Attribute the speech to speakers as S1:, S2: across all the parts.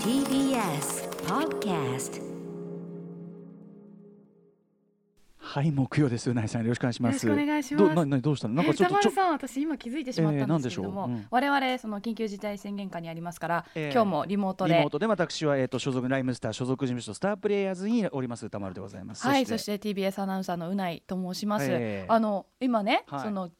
S1: TBS Podcast
S2: はい、木曜です。うないさん、よろしくお願いします。
S3: よろしくお願いします
S2: どう、な、な、どうしたの、なんかちょっと、
S3: えー
S2: ちょ
S3: 歌丸さん私今気づいてしまったんですけれども、
S2: えーなんでしょううん
S3: 我々その緊急事態宣言下にありますから、
S2: えー
S3: 今日もリモート
S2: リ
S3: で
S2: モートで、私は、えっと、所属のライムスター所属事務所スタープレイヤーズにおります。歌丸でございます。
S3: はいそし。て TBS アナウンサーのうないと申します、
S2: えー
S3: あの今ね、
S2: はい
S3: その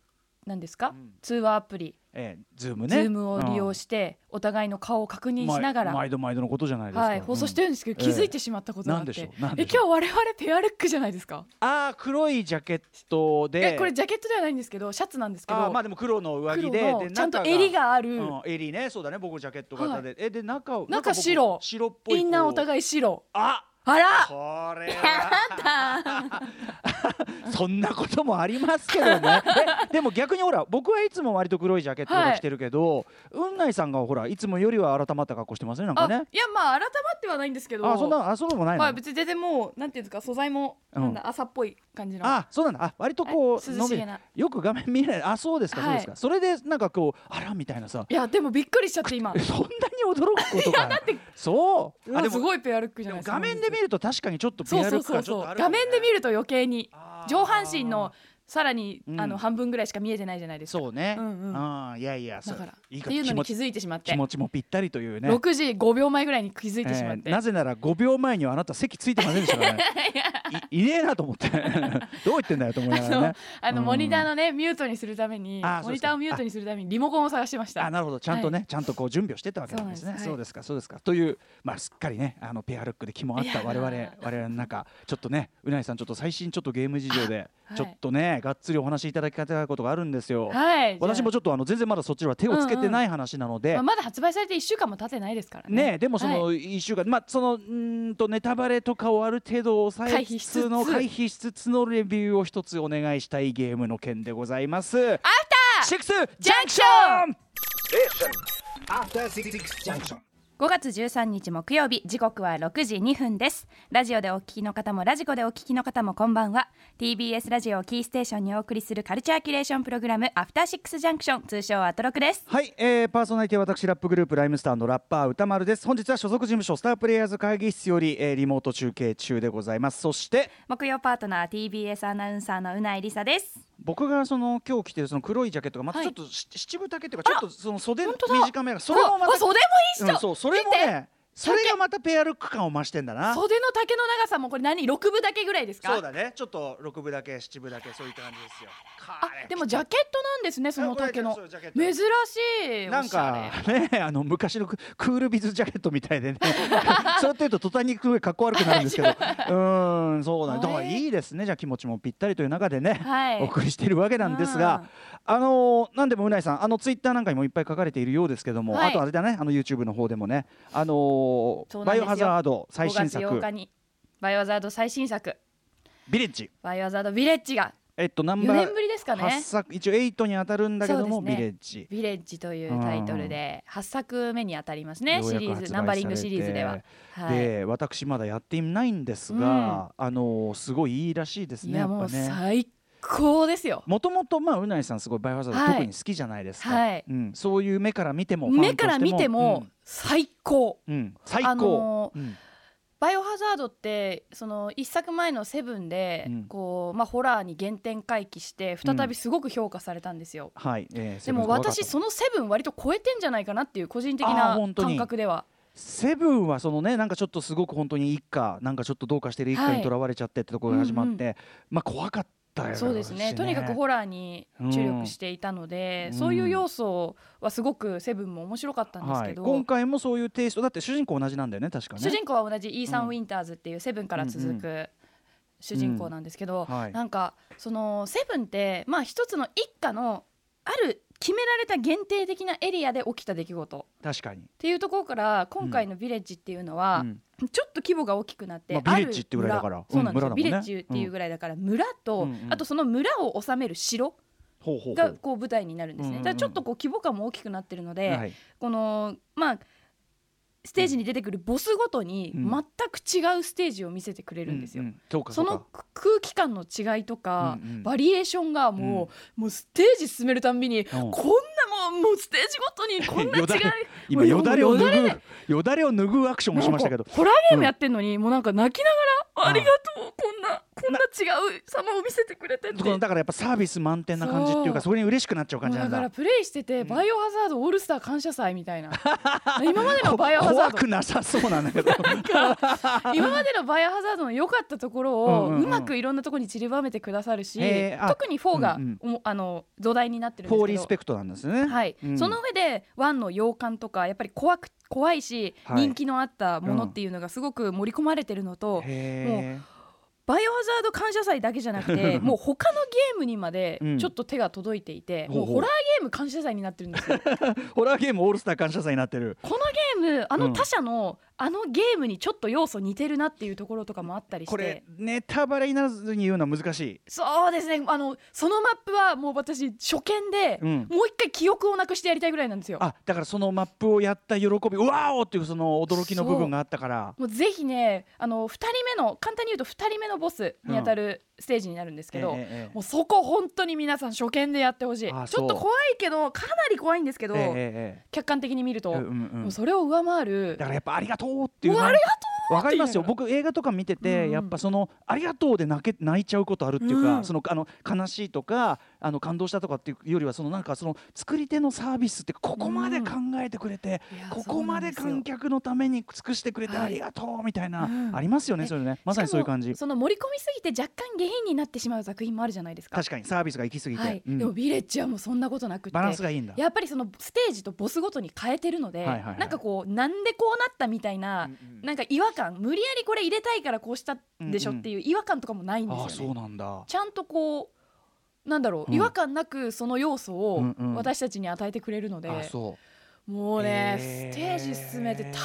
S3: 何ですか、
S2: うん
S3: 通話アプリ、
S2: えー、ズームね。
S3: ズームを利用
S2: し
S3: してお互いの顔を確認しながら、
S2: 毎度毎度のことじゃないですか。
S3: はい、放送して
S2: る。
S3: るんですけど、
S2: うん
S3: 気づいてしまったことがあって、
S2: えー
S3: え
S2: なんでしょうなんでし
S3: 今
S2: ょ
S3: 日我々ペアルックじゃないですか、
S2: ああ、黒いジャケットで。
S3: えこれジャケットではないんですけどシャツなんですけど
S2: あーまあ、でも黒の上着
S3: 黒
S2: で、
S3: の
S2: で
S3: ちゃんと
S2: 中が
S3: 襟がある、
S2: うん、襟ね、そうだね、僕ジャケット型で、え、で、中を。
S3: 中
S2: 僕
S3: 白
S2: 白っぽい。
S3: インナーお
S2: い。
S3: 互い白
S2: あ。
S3: あら
S2: これは そんなこともありますけどねえでも逆にほら僕はいつも割と黒いジャケットとか着てるけど、うんないさんがほらいつもよりは改まった格好してますねなんか
S3: あ
S2: ね
S3: いやまあ改まってはないんですけど
S2: あそんなあそうでもないの、
S3: まあ別に全然もうなんていうんですか素材も
S2: うん
S3: なんだ朝っぽい感じの
S2: あそうなんだあ割とこう
S3: はい涼しげ
S2: の
S3: な
S2: びよく画面見えないあそうですか、
S3: はい
S2: そうですかそれでなんかこうあらみたいなさ
S3: いやでもびっくりしちゃって今
S2: えそんなに驚くこと かなそう
S3: う
S2: あ
S3: わ
S2: ですも
S3: ごいペアルックじ
S2: でも
S3: ゃないですか
S2: 画面で見ると確かにちょっと
S3: そ
S2: ビア
S3: うそ
S2: ル
S3: う
S2: ック
S3: そ
S2: が
S3: う
S2: ちょっ
S3: そう
S2: とあるか
S3: 画
S2: もね
S3: 面で見ると余計に上半身のさらに
S2: うん
S3: あの半分ぐらいしか見えてないじゃないですか
S2: そうね、
S3: うんうん
S2: あーいやいやそ
S3: だ
S2: う
S3: からっ
S2: いい
S3: て
S2: か
S3: いうの
S2: 気
S3: に
S2: 持
S3: 気
S2: ち
S3: づいてしまって
S2: 気持ちもぴったりというね
S3: 6時5秒前ぐらいに気づいてしまっ
S2: え
S3: て
S2: ーなぜなら5秒前にはあなた席ついてませんでした からねいいねえなと思ってどう言ってんだよと思いながらね
S3: あの
S2: うん
S3: モニターのねミュートにするために
S2: あーそう
S3: モ
S2: です
S3: ニ
S2: か
S3: ターをミュートにするためにリモコンを探してまし
S2: あ
S3: た
S2: なるほどちゃんとね、ちゃんとこう準備をしてたわけなんですねそう
S3: そうなん
S2: で
S3: です
S2: かそうですかというまあすっかりねあのペアルックで気もあっ
S3: い
S2: た
S3: や
S2: 我々我々の中ちょっとねうなぎさんちょっと最新ちょっとゲーム事情で
S3: はい
S2: ちょっとね、がっつりお話しいただきたいことがあるんですよ、
S3: はい
S2: 私もちょっとあの全然まだそっちは手をつけてない話なので、
S3: まあまだ発売されて1週間も経ってないですからね
S2: ねでもその
S3: はい
S2: 1週間、まあそのうーんとネタバレとかをある程度抑えつつの回
S3: 回
S2: 避しつつのレビューを一つお願いしたいゲームの件でございますアフターシックスジャンクション
S4: After Six Junction.
S5: 5月13日木曜日時刻は6時2分ですラジオでお聞きの方もラジコでお聞きの方もこんばんは TBS ラジオをキーステーションにお送りするカルチャーキュレーションプログラムアフターシックスジャンクション通称アトロクです
S2: はい、えーパーソナリティは私ラップグループライムスターのラッパー歌丸です本日は所属事務所スタープレイヤーズ会議室より、えーリモート中継中でございますそして
S5: 木曜パートナー TBS アナウンサーのうないりさです
S2: 僕がその今日着てるその黒いジャケットがまた
S3: は
S2: ち
S3: い
S2: ょっとし、七分丈っていうかちょっとその袖短めがそ
S3: そ
S2: れ
S3: れ
S2: も
S3: も
S2: ま
S3: ま
S2: た
S3: た袖もいいっし
S2: う
S3: ょ、
S2: ん、そうそれも
S3: 見て
S2: ねそれがまたペアルック感を増してんだな
S3: 袖の丈の長さもこれ何六分丈ぐらいですか
S2: そうだねちょっと6分だけ7分だけそういった感じですよ
S3: あでもジャケットなんですねその丈
S2: あ
S3: の
S2: これジャケット
S3: 珍しい
S2: なんかねあの昔のククールビズジャケットみたいでね そうやって言うと途端にすごいかっこ悪くなるん ですけどうーんそうなんだから
S3: あれ
S2: いいですねじゃあ気持ちもぴったりという中でね、
S3: はい
S2: お送りしているわけなんですが、あのーなんでもうないさんあのツイッターなんかにもいっぱい書かれているようですけども、
S3: はい
S2: あとあれだねあの YouTube の方でもねあのー
S3: そうなん
S2: バ
S3: で
S2: イ
S3: す
S2: オ
S3: よ
S2: ハザード最
S3: 5
S2: 新
S3: 月8
S2: 作
S3: 日にバイオハザード最新作
S2: ビレッジ
S3: 「バイオハザード・ヴィレッジ」が
S2: えっとナン
S3: 4
S2: バ
S3: 年
S2: ー
S3: ぶりですか
S2: 8
S3: ね
S2: 作一応8に当たるんだけども、
S3: そうですね
S2: ビレッジ
S3: 「ヴィレッジ」というタイトルで8作目にあたりますね
S2: よう
S3: シ
S2: やく
S3: リ
S2: 発売
S3: ーズナンバリングシリーズ
S2: さ
S3: で
S2: れ
S3: は
S2: て。
S3: はい
S2: で私まだやっていないんですが、あのすごいいいらしいです
S3: い
S2: ね。
S3: や
S2: っ
S3: も
S2: ぱ
S3: う
S2: ね
S3: 最高ですよ
S2: もともとまあうないさんすごいバイオハザード、
S3: はい
S2: 特に好きじゃないですか、
S3: はい
S2: うん、そういう目から見ても
S3: 目から見ても、最高
S2: ファンとしてもうんうん最高、
S3: あの
S2: うん
S3: バイオハザードってその一作前の「セブンで
S2: うん
S3: こう、まあ、ホラーに原点回帰して再びすごく評価されたんですよ。
S2: はい、えー
S3: でも私その「セブン割と超えてんじゃないかなっていう個人的
S2: あー
S3: な
S2: 本当に
S3: 感覚では
S2: セブンはそのねなんかちょっとすごく本当に一家なんかちょっとどうかしてる一家
S3: は
S2: に
S3: い
S2: とらわれちゃってってところが始まって、まあ怖かったよ
S3: そうですねとにかくホラーに注力していたので、
S2: うん
S3: そういう要素はすごく「セブンも面白かったんですけど、
S2: はい、今回もそういうテイストだって主人公同じなんだよね確かね
S3: 主人公は同じイーサ
S2: うん
S3: ン・ウィンターズっていう「セブンから続
S2: う
S3: く主人公なんですけど、
S2: はい
S3: なんかその「セブンってまあ一つの一家のある決められた限定的なエリアで起きた出来事っ
S2: 確かに、
S3: ていうところから今回の「ヴィレッジ」っていうのは、
S2: うん
S3: ちょっと規模が大きくなって、
S2: まあ
S3: る
S2: ビレッジってぐらいだから
S3: 村そうなんですよ、
S2: うん村だもんね
S3: ビレッジっていうぐらいだから、村と、
S2: うんうん
S3: あとその村を治める城
S2: ほうほうほ
S3: が
S2: う
S3: こう舞台になるんです
S2: うん
S3: ね、
S2: うんうん
S3: だからちょっとこう規模感も大きくなってるので、
S2: はい
S3: このまあステージに出てくるボスごとに
S2: うん
S3: 全く違うステージを見せてくれるんですよ、
S2: ううそうかそ
S3: そ
S2: うか
S3: の空気感の違いとか、
S2: うんうん
S3: バリエーション がもう,、もうステージ進めるたんびに、こんなもうもうステージごとにこんな違い
S2: 今よだれを拭うよだれを拭うアクションもしましたけど
S3: なんかホラーゲームやってんのに、もうなんか泣きながら「
S2: あ
S3: ありがとうこんなこんな違う様を見せてくれて」って
S2: このだからやっぱサービス満点な感じっていうか
S3: そ
S2: それに嬉しくなっちゃう感じ
S3: もう
S2: な
S3: だ
S2: ん
S3: から
S2: だ
S3: プレイしてて「バイオハザードオールスター感謝祭」みた いな今までの
S2: こ
S3: バイオハザ
S2: 怖
S3: ー
S2: くなさそうなんだけど
S3: ド今までのバイオハザードの良かったところを
S2: うんうんうん
S3: うまくいろんなところに散りばめてくださるし、
S2: えーあ
S3: 特に4が、
S2: うんうん
S3: おもあの土台になってるんです
S2: フォー
S3: け
S2: リ
S3: ど
S2: スペクトなんですね
S3: はい
S2: うん
S3: その上で1の洋館とかやっぱり怖く怖いし、
S2: はい
S3: 人気のあったものっていうのがすごく盛り込まれてるのと、
S2: へ
S3: バイオハザード感謝祭だけじゃなく てもう他のゲームにまで
S2: うん
S3: ちょっと手が届いていて、
S2: ほうほ
S3: も
S2: う
S3: うホラーゲーム感謝祭になってるん ですよ。
S2: ーホラーゲームオールスター感謝祭になってる
S3: このゲームあ
S2: うん
S3: の他社の、あのゲームにちょっと要素似てるなっていうところとかもあったりして
S2: これネタバレにならずに言うのは難しい
S3: そうですねあのそのマップはもう私初見で、
S2: うん
S3: もう一回記憶をなくしてやりたいぐらいなんですよ。
S2: あだからそのマップをやった喜びうわーおっていうその驚きの部分があったから
S3: もうぜひねあの2人目の簡単に言うと2人目のボスにあたるステージになるんですけど、
S2: ええええ
S3: もうそこ本当に皆さん初見でやってほしいちょ
S2: あ
S3: っ
S2: そう
S3: と怖いけどかなり怖いんですけど、
S2: えええ
S3: 客観的に見ると、
S2: えええうんうん
S3: もうそれを上回る
S2: だからやっぱありがとうっていう
S3: うわ
S2: な
S3: ありが
S2: わかりますよ
S3: っていう
S2: 僕映画とか見てて、
S3: うん
S2: やっぱそのありがとうで泣け泣いちゃうことあるっていうか、
S3: うん
S2: そのあの悲しいとかあの感動したとかっていうよりはそのなんかその作り手のサービスってここまで考えてくれて、
S3: いや
S2: こ
S3: そ
S2: こ
S3: うな
S2: ま
S3: ん
S2: です
S3: よ
S2: 観客のために尽くしてくれて
S3: はい
S2: ありがとうみたいな、
S3: うん
S2: ありますよね
S3: え
S2: それねまさにそういう感じ
S3: しかもその盛り込みすぎて若干下品になってしまう作品もあるじゃないですか
S2: 確かにサービスが行き過ぎて、
S3: はい
S2: うん
S3: でもヴィレッジはもうそんなことなくって
S2: バランスがいいんだ
S3: やっぱりそのステージとボスごとに変えてるので、
S2: はいはいはい
S3: なんかこうなんでこうなったみたいな、なんか違和感無理やりこれ入れたいからこうしたでしょっていう違和感とかもないんですよ、ね
S2: ああそうなんだ
S3: ちゃんとこうなんだろう、
S2: うん
S3: 違和感なくその要素を
S2: うんうん
S3: 私たちに与えてくれるので、
S2: あそう
S3: もうね、
S2: へー
S3: ステージ進めて楽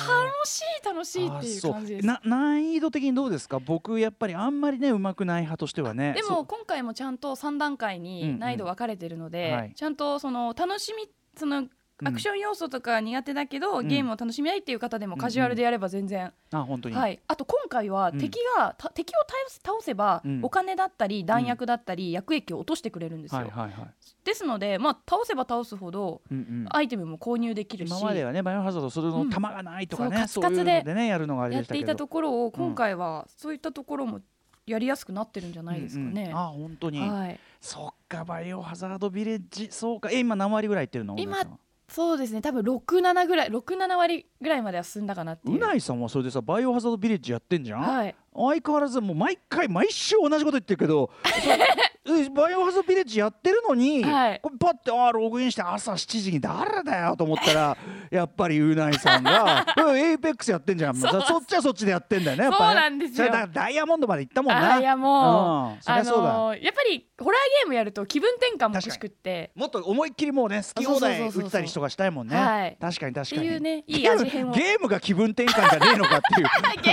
S3: しい楽しいっていう感じ
S2: あそう
S3: です。
S2: な難易度的にどうですか僕やっぱりあんまりねうまくない派としてはね
S3: で
S2: そ
S3: も
S2: う
S3: 今回もちゃんと3段階
S2: うんう
S3: に
S2: ん
S3: 難易度分かれてるので、
S2: はい
S3: ちゃんとその楽しみその
S2: うん
S3: アクション要素とか苦手だけど、
S2: ん
S3: ゲームを楽しみたいっていう方でもカジュアルでやれば全然、
S2: あ本当に、
S3: はい、あと今回は
S2: うん
S3: 敵が、た敵を倒す倒せば、
S2: うん
S3: お金だったり弾薬だったり、薬液を落としてくれるんですよ、
S2: はいはいはい
S3: ですので、まあ、倒せば倒すほど
S2: うんうん
S3: アイテムも購入できるし、
S2: 今まではねバイオハザードそれの
S3: うん
S2: 弾がないとかね、そう
S3: そ
S2: う
S3: カツカツで
S2: いうのでねやるのがあれ
S3: やっ
S2: でした
S3: て
S2: け
S3: い
S2: ど
S3: たところを今回はそういったところもやりやすくなってるんじゃないですか
S2: うんう
S3: ね
S2: ん。あ本当に、
S3: はい、
S2: そっかバイオハザードビレッジそうかえ今何割ぐらいいってるの
S3: 今
S2: 小田さんは
S3: そうですね多分67ぐらい67割ぐらいまでは進んだかなっていう
S2: うないさんはそれでさバイオハザードビレッジやってんじゃん、
S3: はい、
S2: 相変わらずもう毎回毎週同じこと言ってるけど そうえバイオハザードビレッジやってるのに、
S3: はい
S2: これパッてあーログインして朝7時に誰だよと思ったら やっぱりうないさん が「うんエイペックスやってんじゃん」そそっちはそっちでやってんだよねやっぱね
S3: そうなんですよ
S2: それだからダイヤモンドまで行ったもん
S3: あ
S2: な
S3: ーいやもう、
S2: んそり
S3: あ
S2: ゃそうだ、
S3: のーやっぱりホラーゲームやると気分転換も欲しくって
S2: もっと思いっきりもうね好き放題打ったりとかしたいもんね。
S3: はい
S2: 確かに確かに。
S3: っていうねいい味変を
S2: ゲームゲームが気分転換じゃねえのかっていう。
S3: ゲ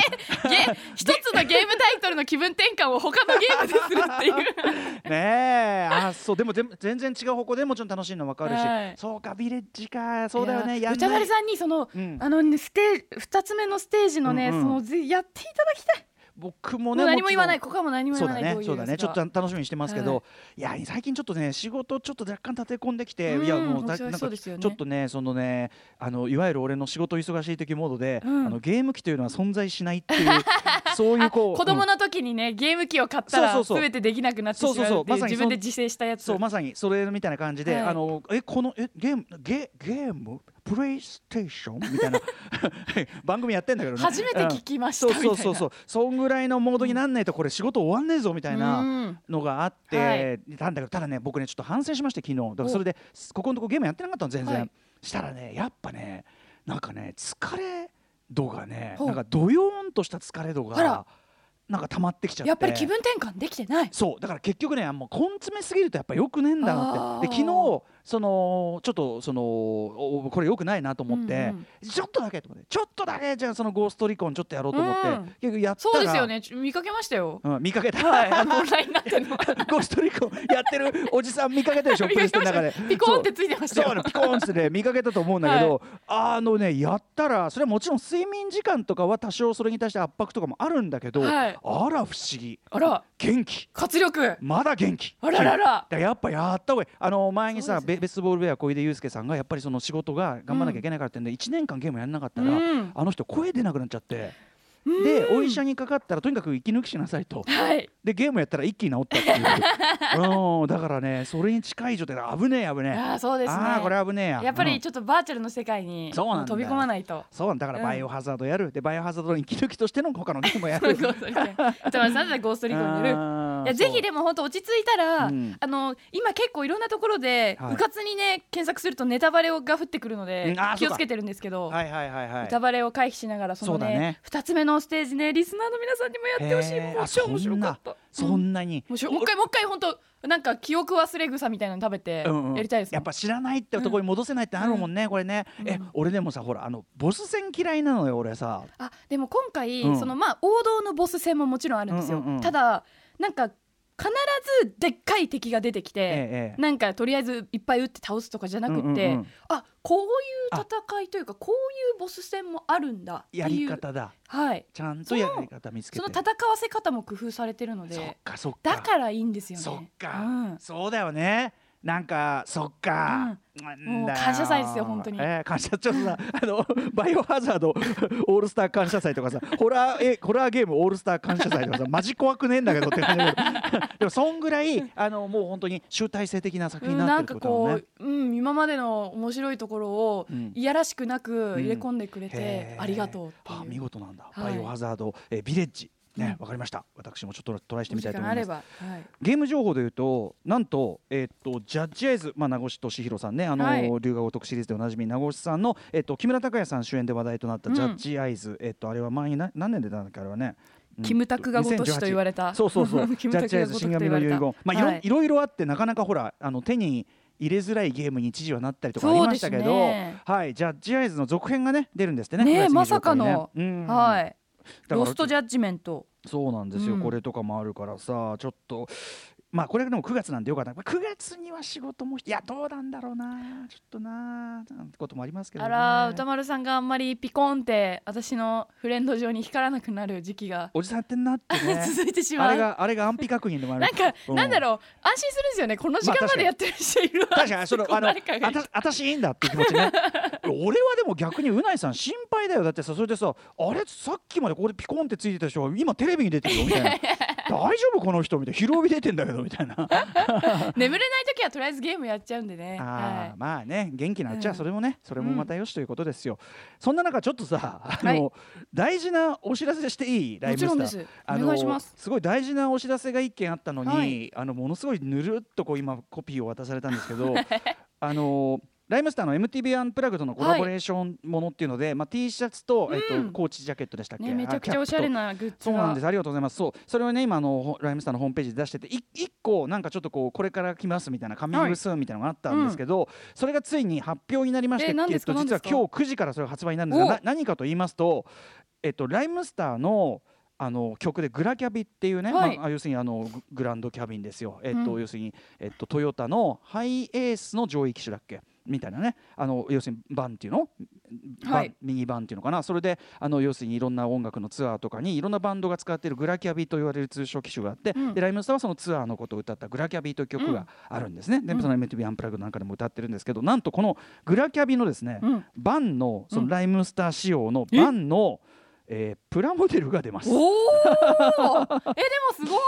S3: ゲ一つのゲームタイトルの気分転換を他のゲームでするっていう
S2: ねえ、あそうでも全全然違う方向でもちろん楽しいの分かるし、
S3: はい
S2: そうかビレッジか そうだよね
S3: いや
S2: や
S3: ー
S2: んな
S3: 歌
S2: い
S3: 丸さんにその、
S2: うん
S3: あのねステー2つ目のステージのね、
S2: うんうん
S3: そのぜやっていただきたい
S2: 僕も
S3: も
S2: ね
S3: う何も言わない
S2: ち
S3: ここはもう何
S2: ろん
S3: も
S2: そう
S3: 言
S2: だ
S3: わな
S2: ね
S3: いどい
S2: そうだねちょっと
S3: やつか
S2: 楽しみにしてますけど、い、や最近ちょっとね仕事ちょっと若干立て込んできて、
S3: うん
S2: いやもう
S3: お
S2: だ
S3: 忙しそう
S2: なんか
S3: ですよね
S2: ちょっとねそのねあのいわゆる俺の仕事忙しい時モードで、
S3: うん
S2: あのゲーム機というのは存在しないっていう そういうこう
S3: 子
S2: うん
S3: 供の時にね、ゲーム機を買ったら
S2: そうそうそう
S3: 全てできなくなってしまうってい
S2: そうそうそうま
S3: う
S2: さに
S3: 自
S2: その
S3: 分で自制したやつ
S2: そうまさにそれみたいな感じで、
S3: はい
S2: あのえこのえゲームゲゲームプレイステーショ ンみたいな 番組やってんだけどね
S3: 初めて聞きました
S2: うん
S3: みたいな
S2: そうそうそうそうそんぐらいのモードになんないとこれ仕事終わんねえぞみたいな
S3: うん
S2: のがあって、
S3: はい
S2: なんだけどただね僕ねちょっと反省しまして昨日だからそれでここのとこゲームやってなかったの全然、
S3: はい
S2: したらねやっぱねなんかね疲れ度がね
S3: ほう
S2: なんかドヨーンとした疲れ度
S3: あら
S2: がなんか溜まってきちゃって
S3: やっぱり気分転換できてない
S2: そうだから結局ねあもう根詰めすぎるとやっぱ良くねえんだなってで
S3: あー
S2: 昨日そのちょっとそのおこれ良くないなと思って、
S3: うん
S2: ちょっとだけと思ってちょっとだけじゃあそのゴーストリコンちょっとやろうと思って、
S3: うん
S2: 結局やったら
S3: そうですよねちょ見かけましたよ
S2: うん、見かけた、
S3: はいあのオンラインに なってんの
S2: ゴーストリコンやってるおじさん見かけたでしょ プレステの中で
S3: ピコーンってついてました
S2: そう
S3: よ
S2: なのピコーンって ね見かけたと思うんだけど、あのねやったらそれはもちろん睡眠時間とかは多少それに対して圧迫とかもあるんだけど、
S3: はい
S2: あら不思議
S3: あら
S2: 元気
S3: 活力
S2: まだ元気
S3: あららら
S2: だからやっぱやった方がいいあの前にさ、
S3: そうです
S2: べベースボールウェア小出祐介さんがやっぱりその仕事が頑張らなきゃいけないからってんで1年間ゲームやらなかったら、
S3: うん
S2: あの人声出なくなっちゃって。でお医者にかかったらとにかく息抜きしなさいと
S3: はい
S2: でゲームやったら一気に治ったっていうう んだからねそれに近い状態で危ねえ危ねえ
S3: あーそうですね
S2: ああこれ危ねえや
S3: やっぱ
S2: うん
S3: りちょっとバーチャルの世界に
S2: そうなんだよ
S3: 飛び込まないと。
S2: そうなんだから
S3: うん
S2: バイオハザードやる、でバイオハザードの息抜きとしての他のゲームをや
S3: ゴー
S2: る
S3: ストリコンちょっと待ってなんでゴーストリコンになる
S2: あー
S3: いやぜひでも本当落ち着いたら、
S2: うん
S3: あの今結構いろんなところで、
S2: はいう
S3: かつにね検索するとネタバレが降ってくるので
S2: うんあー
S3: 気をつけてるんですけど、
S2: そうはいはいはいはい
S3: ネタバレを回避しながらその
S2: そうだね
S3: ね二つ目のステージねリスナーの皆さんにもやってほしい
S2: へー
S3: もう超面白かった
S2: あそんなそんなに、
S3: 面白いもう一回もう一回本当なんか記憶忘れ草みたいなの食べて
S2: うんうん
S3: やりたいです、
S2: やっぱ知らないってとこに戻せないってあるもんね、これね、え俺でもさほらあのボス戦嫌いなのよ俺さ
S3: あでも今回、
S2: うん
S3: そのまあ王道のボス戦ももちろんあるんですよ、
S2: うんうんうん
S3: ただなんか必ずでっかい敵が出てきて、
S2: ええええ
S3: なんかとりあえずいっぱい撃って倒すとかじゃなくって、
S2: うんうんうん
S3: あこういう戦いというかこういうボス戦もあるんだっていう
S2: やり方だ
S3: はい
S2: ちゃんとやり方見つけ
S3: そ
S2: て
S3: の戦わせ方も工夫されてるの
S2: そっ
S3: で
S2: かそっか
S3: だからいいんですよね
S2: そっか、
S3: うん
S2: そうだよねなんかそっか、なんだよ
S3: もう感謝祭ですよ本当に
S2: えー感謝ちょっとさあのバイオハザードオールスター感謝祭とかさホラーえホラーゲームオールスター感謝祭とかさマジ怖くねえんだけどって感じだけどでもそんぐらいあのもう本当に集大成的な作
S3: う
S2: 品
S3: ん
S2: に
S3: な
S2: なっ
S3: ん
S2: てるって
S3: か
S2: ことだもん
S3: こ
S2: ね、
S3: う、うん、今までの面白いところを
S2: うん
S3: いやらしくなく入れ込んでくれて
S2: へ、ー
S3: ありがとうっていう
S2: あ見事なんだ、
S3: はい
S2: バイオハザード、えービレッジねわ、かりました私もちょっとトライしてみたいと思い
S3: お
S2: ま
S3: 時
S2: す
S3: 間あれば、はい、
S2: ゲーム情報でいうと、なんと、えっと、ジャッジアイズ、まあ、名越俊弘さんね、あの、
S3: はい
S2: 龍が如くシリーズでおなじみ、名越さんの。えっと、木村拓哉さん主演で話題となったジャッジアイズ、えっと、あれは前にな、何年で出たんだっけ、あれはね。うん
S3: キムタクがごとしと言われた
S2: 2018そうそうそう
S3: キ
S2: ジ
S3: ム
S2: ャッ
S3: タ
S2: ジ
S3: ク
S2: アイ
S3: がご
S2: ズ
S3: とし
S2: 神神
S3: と言
S2: の
S3: わ
S2: 遺
S3: れた
S2: 言まあ、いろ
S3: はい
S2: いろいろあってなかなかほらあの手に入れづらいゲームに一時はなったりとかありましたけど、
S3: そうですね
S2: はいジャッジアイズの続編がね出るんですってね
S3: ね
S2: 9
S3: え
S2: 月24日に
S3: まさかの
S2: うん
S3: はい、
S2: だから
S3: ロストジャッジメント
S2: そうなんですよ、
S3: うん
S2: これとかもあるからさちょっとまあこれでも9月なんでよかった9月には仕事もしていやどうなんだろうなちょっとななんてこともありますけど、ね、
S3: あら歌丸さんがあんまりピコンって私のフレンド上に光らなくなる時期が
S2: おじさんやってんなってね
S3: 続いてしま
S2: あ
S3: う
S2: れがあれが安否確認でもある
S3: なんか、
S2: う
S3: なんだろう安心するんですよねこの時間までやってる人いるわ
S2: 確かに そのあの
S3: 誰かが
S2: あ
S3: いる
S2: たあたしいいんだっていう気持ちね 俺はでも逆にうないさん心配だよだってさそれでさあれさっきまでここでピコンってついてた人は今テレビに出てるよみ たいな大丈夫この人みたいな広帯出てんだけどみたいな
S3: 眠れない時はとりあえずゲームやっちゃうんでね
S2: あ
S3: は
S2: ーまあね元気なうち
S3: う
S2: は
S3: ん
S2: それもね、それもまたよしということですよ、そんな中ちょっとさあの、
S3: はい
S2: 大事なお知らせしていい
S3: い
S2: ライ
S3: も
S2: ブスタ
S3: ち
S2: ー
S3: ろんです
S2: あ
S3: お
S2: の
S3: 願いします
S2: ごい大事なお知らせが一件あったのに、
S3: はい
S2: あのものすごいぬるっとこう今コピーを渡されたんですけ どあのライムスターの MTV アンプラグとのコラボレーションものっていうので、まあ、T シャツと、えっと
S3: うん
S2: コーチジャケットでしたっけ、
S3: ねめちゃくちゃ
S2: あ
S3: おしゃれ
S2: キャップと
S3: なグッズ
S2: そうなんです
S3: が
S2: ありがとうございますそうそれをね今あのほライムスターのホームページで出しててい一個なんかちょっとこうこれから来ますみたいなカミングスーンみたいなのがあったんですけど、それがついに発表になりまして
S3: え何
S2: え
S3: で
S2: っ
S3: すか
S2: と実は
S3: 何です
S2: 今
S3: か
S2: 日9時からそれが発売になるんですが
S3: お
S2: な何かと言いますとえっとライムスターのあの曲でグラキャビっていうね、
S3: はい
S2: まあ、要するにあのググランドキャビンですよ、えっと
S3: うん
S2: 要するに、えっと、トヨタのハイエースの上位機種だっけみたいなねあの要するにバンっていうのバン
S3: はい
S2: ミニバンっていうのかなそれであの要するにいろんな音楽のツアーとかにいろんなバンドが使っているグラキャビと言われる通称機種があって、
S3: うん
S2: でライムスターはそのツアーのことを歌ったグラキャビという曲があるんですね、でその MTV アンプラグなんかでも歌ってるんですけどなんとこのグラキャビのですね、
S3: うん
S2: バンのそのライムスター仕様の
S3: え
S2: バンの、えープラモデルが出ます。
S3: おおえでもすごい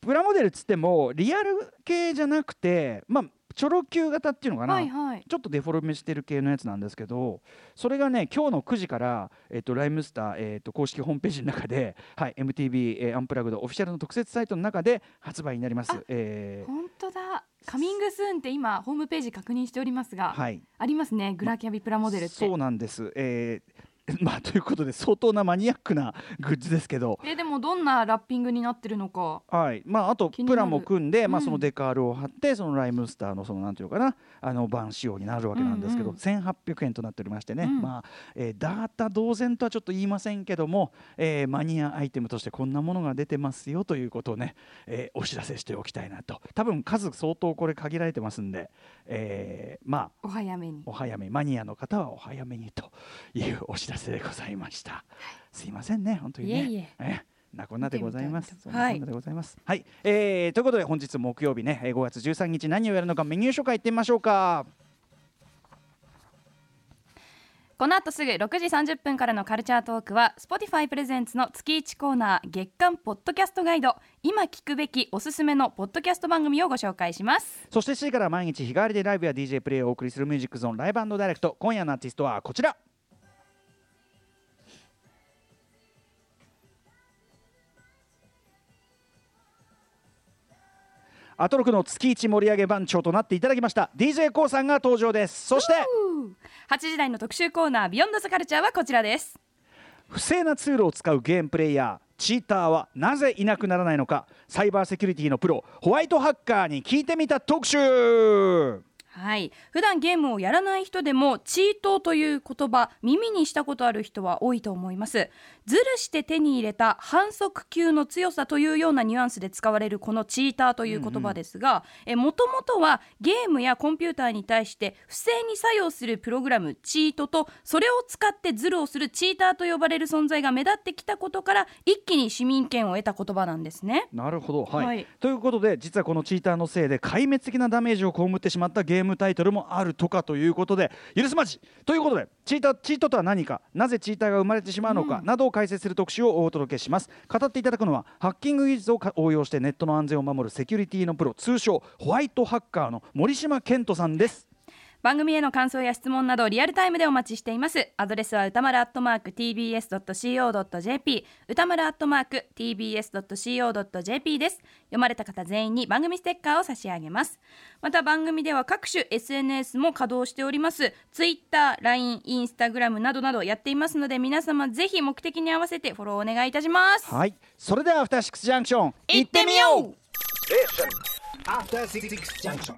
S2: プラモデルっつってもリアル系じゃなくてまあチョロ Q 型っていうのかな、
S3: はいはい
S2: ちょっとデフォルメしてる系のやつなんですけどそれがね今日の9時から、えっとライムスター、えっと公式ホームページの中で、はい、MTV、えーアンプラグドオフィシャルの特設サイトの中で発売になります。えー
S5: 本当だカミングスーンって今ホームページ確認しておりますが、
S2: はい、
S5: ありますねグラキャビプラモデルって、
S2: そうなんです、えー まあ、ということで相当なマニアックなグッズですけど、
S5: えでもどんなラッピングになってるのか
S2: はいまあ、あと
S5: 気にな
S2: プ
S5: る
S2: ラも組んで、まあ、
S5: うん
S2: そのデカールを貼ってそのライムスターのそのなんていうのかなあの版仕様になるわけなんですけど、
S5: うんうん
S2: 1800円となっておりましてね、
S5: うん
S2: まあえーダータ同然とはちょっと言いませんけども、えーマニアアイテムとしてこんなものが出てますよということをね、えーお知らせしておきたいなと多分数相当これ限られてますんで、えーまあ
S5: お早めに
S2: お早めマニアの方はお早めにというお知らせでございました。すいませんね本当にね。
S3: いえいえ
S2: えなこんなでございます。
S5: 見て
S2: そ
S5: み
S2: ん
S5: たいな
S2: なこんなでございます。はい、えーということで本日木曜日ね、えー5月13日何をやるのかメニュー紹介いってみましょうか。
S5: この後すぐ6時30分からのカルチャートークは Spotify プレゼンツの月1コーナー月間ポッドキャストガイド今聞くべきおすすめのポッドキャスト番組をご紹介します
S2: そして7時から毎日日替わりでライブや DJ プレイをお送りするミュージックゾーンライブダイレクト今夜のアーティストはこちらアトロクの月一盛り上げ番長となっていただきました d j k o さんが登場ですそして
S5: 8時台の特集コーナービヨンドザカルチャーはこちらです
S2: 不正なツールを使うゲームプレイヤーチーターはなぜいなくならないのかサイバーセキュリティのプロホワイトハッカーに聞いてみた特集
S5: はい普段ゲームをやらない人でもチートという言葉耳にしたことある人は多いと思いますズルして手に入れた反則級の強さというようなニュアンスで使われるこのチーターという言葉ですがもともとはゲームやコンピューターに対して不正に作用するプログラムチートとそれを使ってズルをするチーターと呼ばれる存在が目立ってきたことから一気に市民権を得た言葉なんですね
S2: なるほど、はい
S5: はい
S2: ということで実はこのチーターのせいで壊滅的なダメージを被ってしまったゲームタイトルもあるとかということで許すまじということでチーターチートとは何かなぜチーターが生まれてしまうのか、などを解説する特集をお届けします語っていただくのはハッキング技術をか応用してネットの安全を守るセキュリティのプロ通称ホワイトハッカーの森島健人さんです
S5: 番組への感想や質問などリアルタイムでお待ちしていますアドレスは歌丸アットマーク tbs.co.jp 歌丸アットマーク tbs.co.jp です読まれた方全員に番組ステッカーを差し上げますまた番組では各種 SNS も稼働しております TwitterLINE、Instagram などなどやっていますので皆様ぜひ目的に合わせてフォローお願いいたします
S2: はいそれではアフターシックスジャンクション
S5: 行ってみよう
S4: Station. After Six Junction.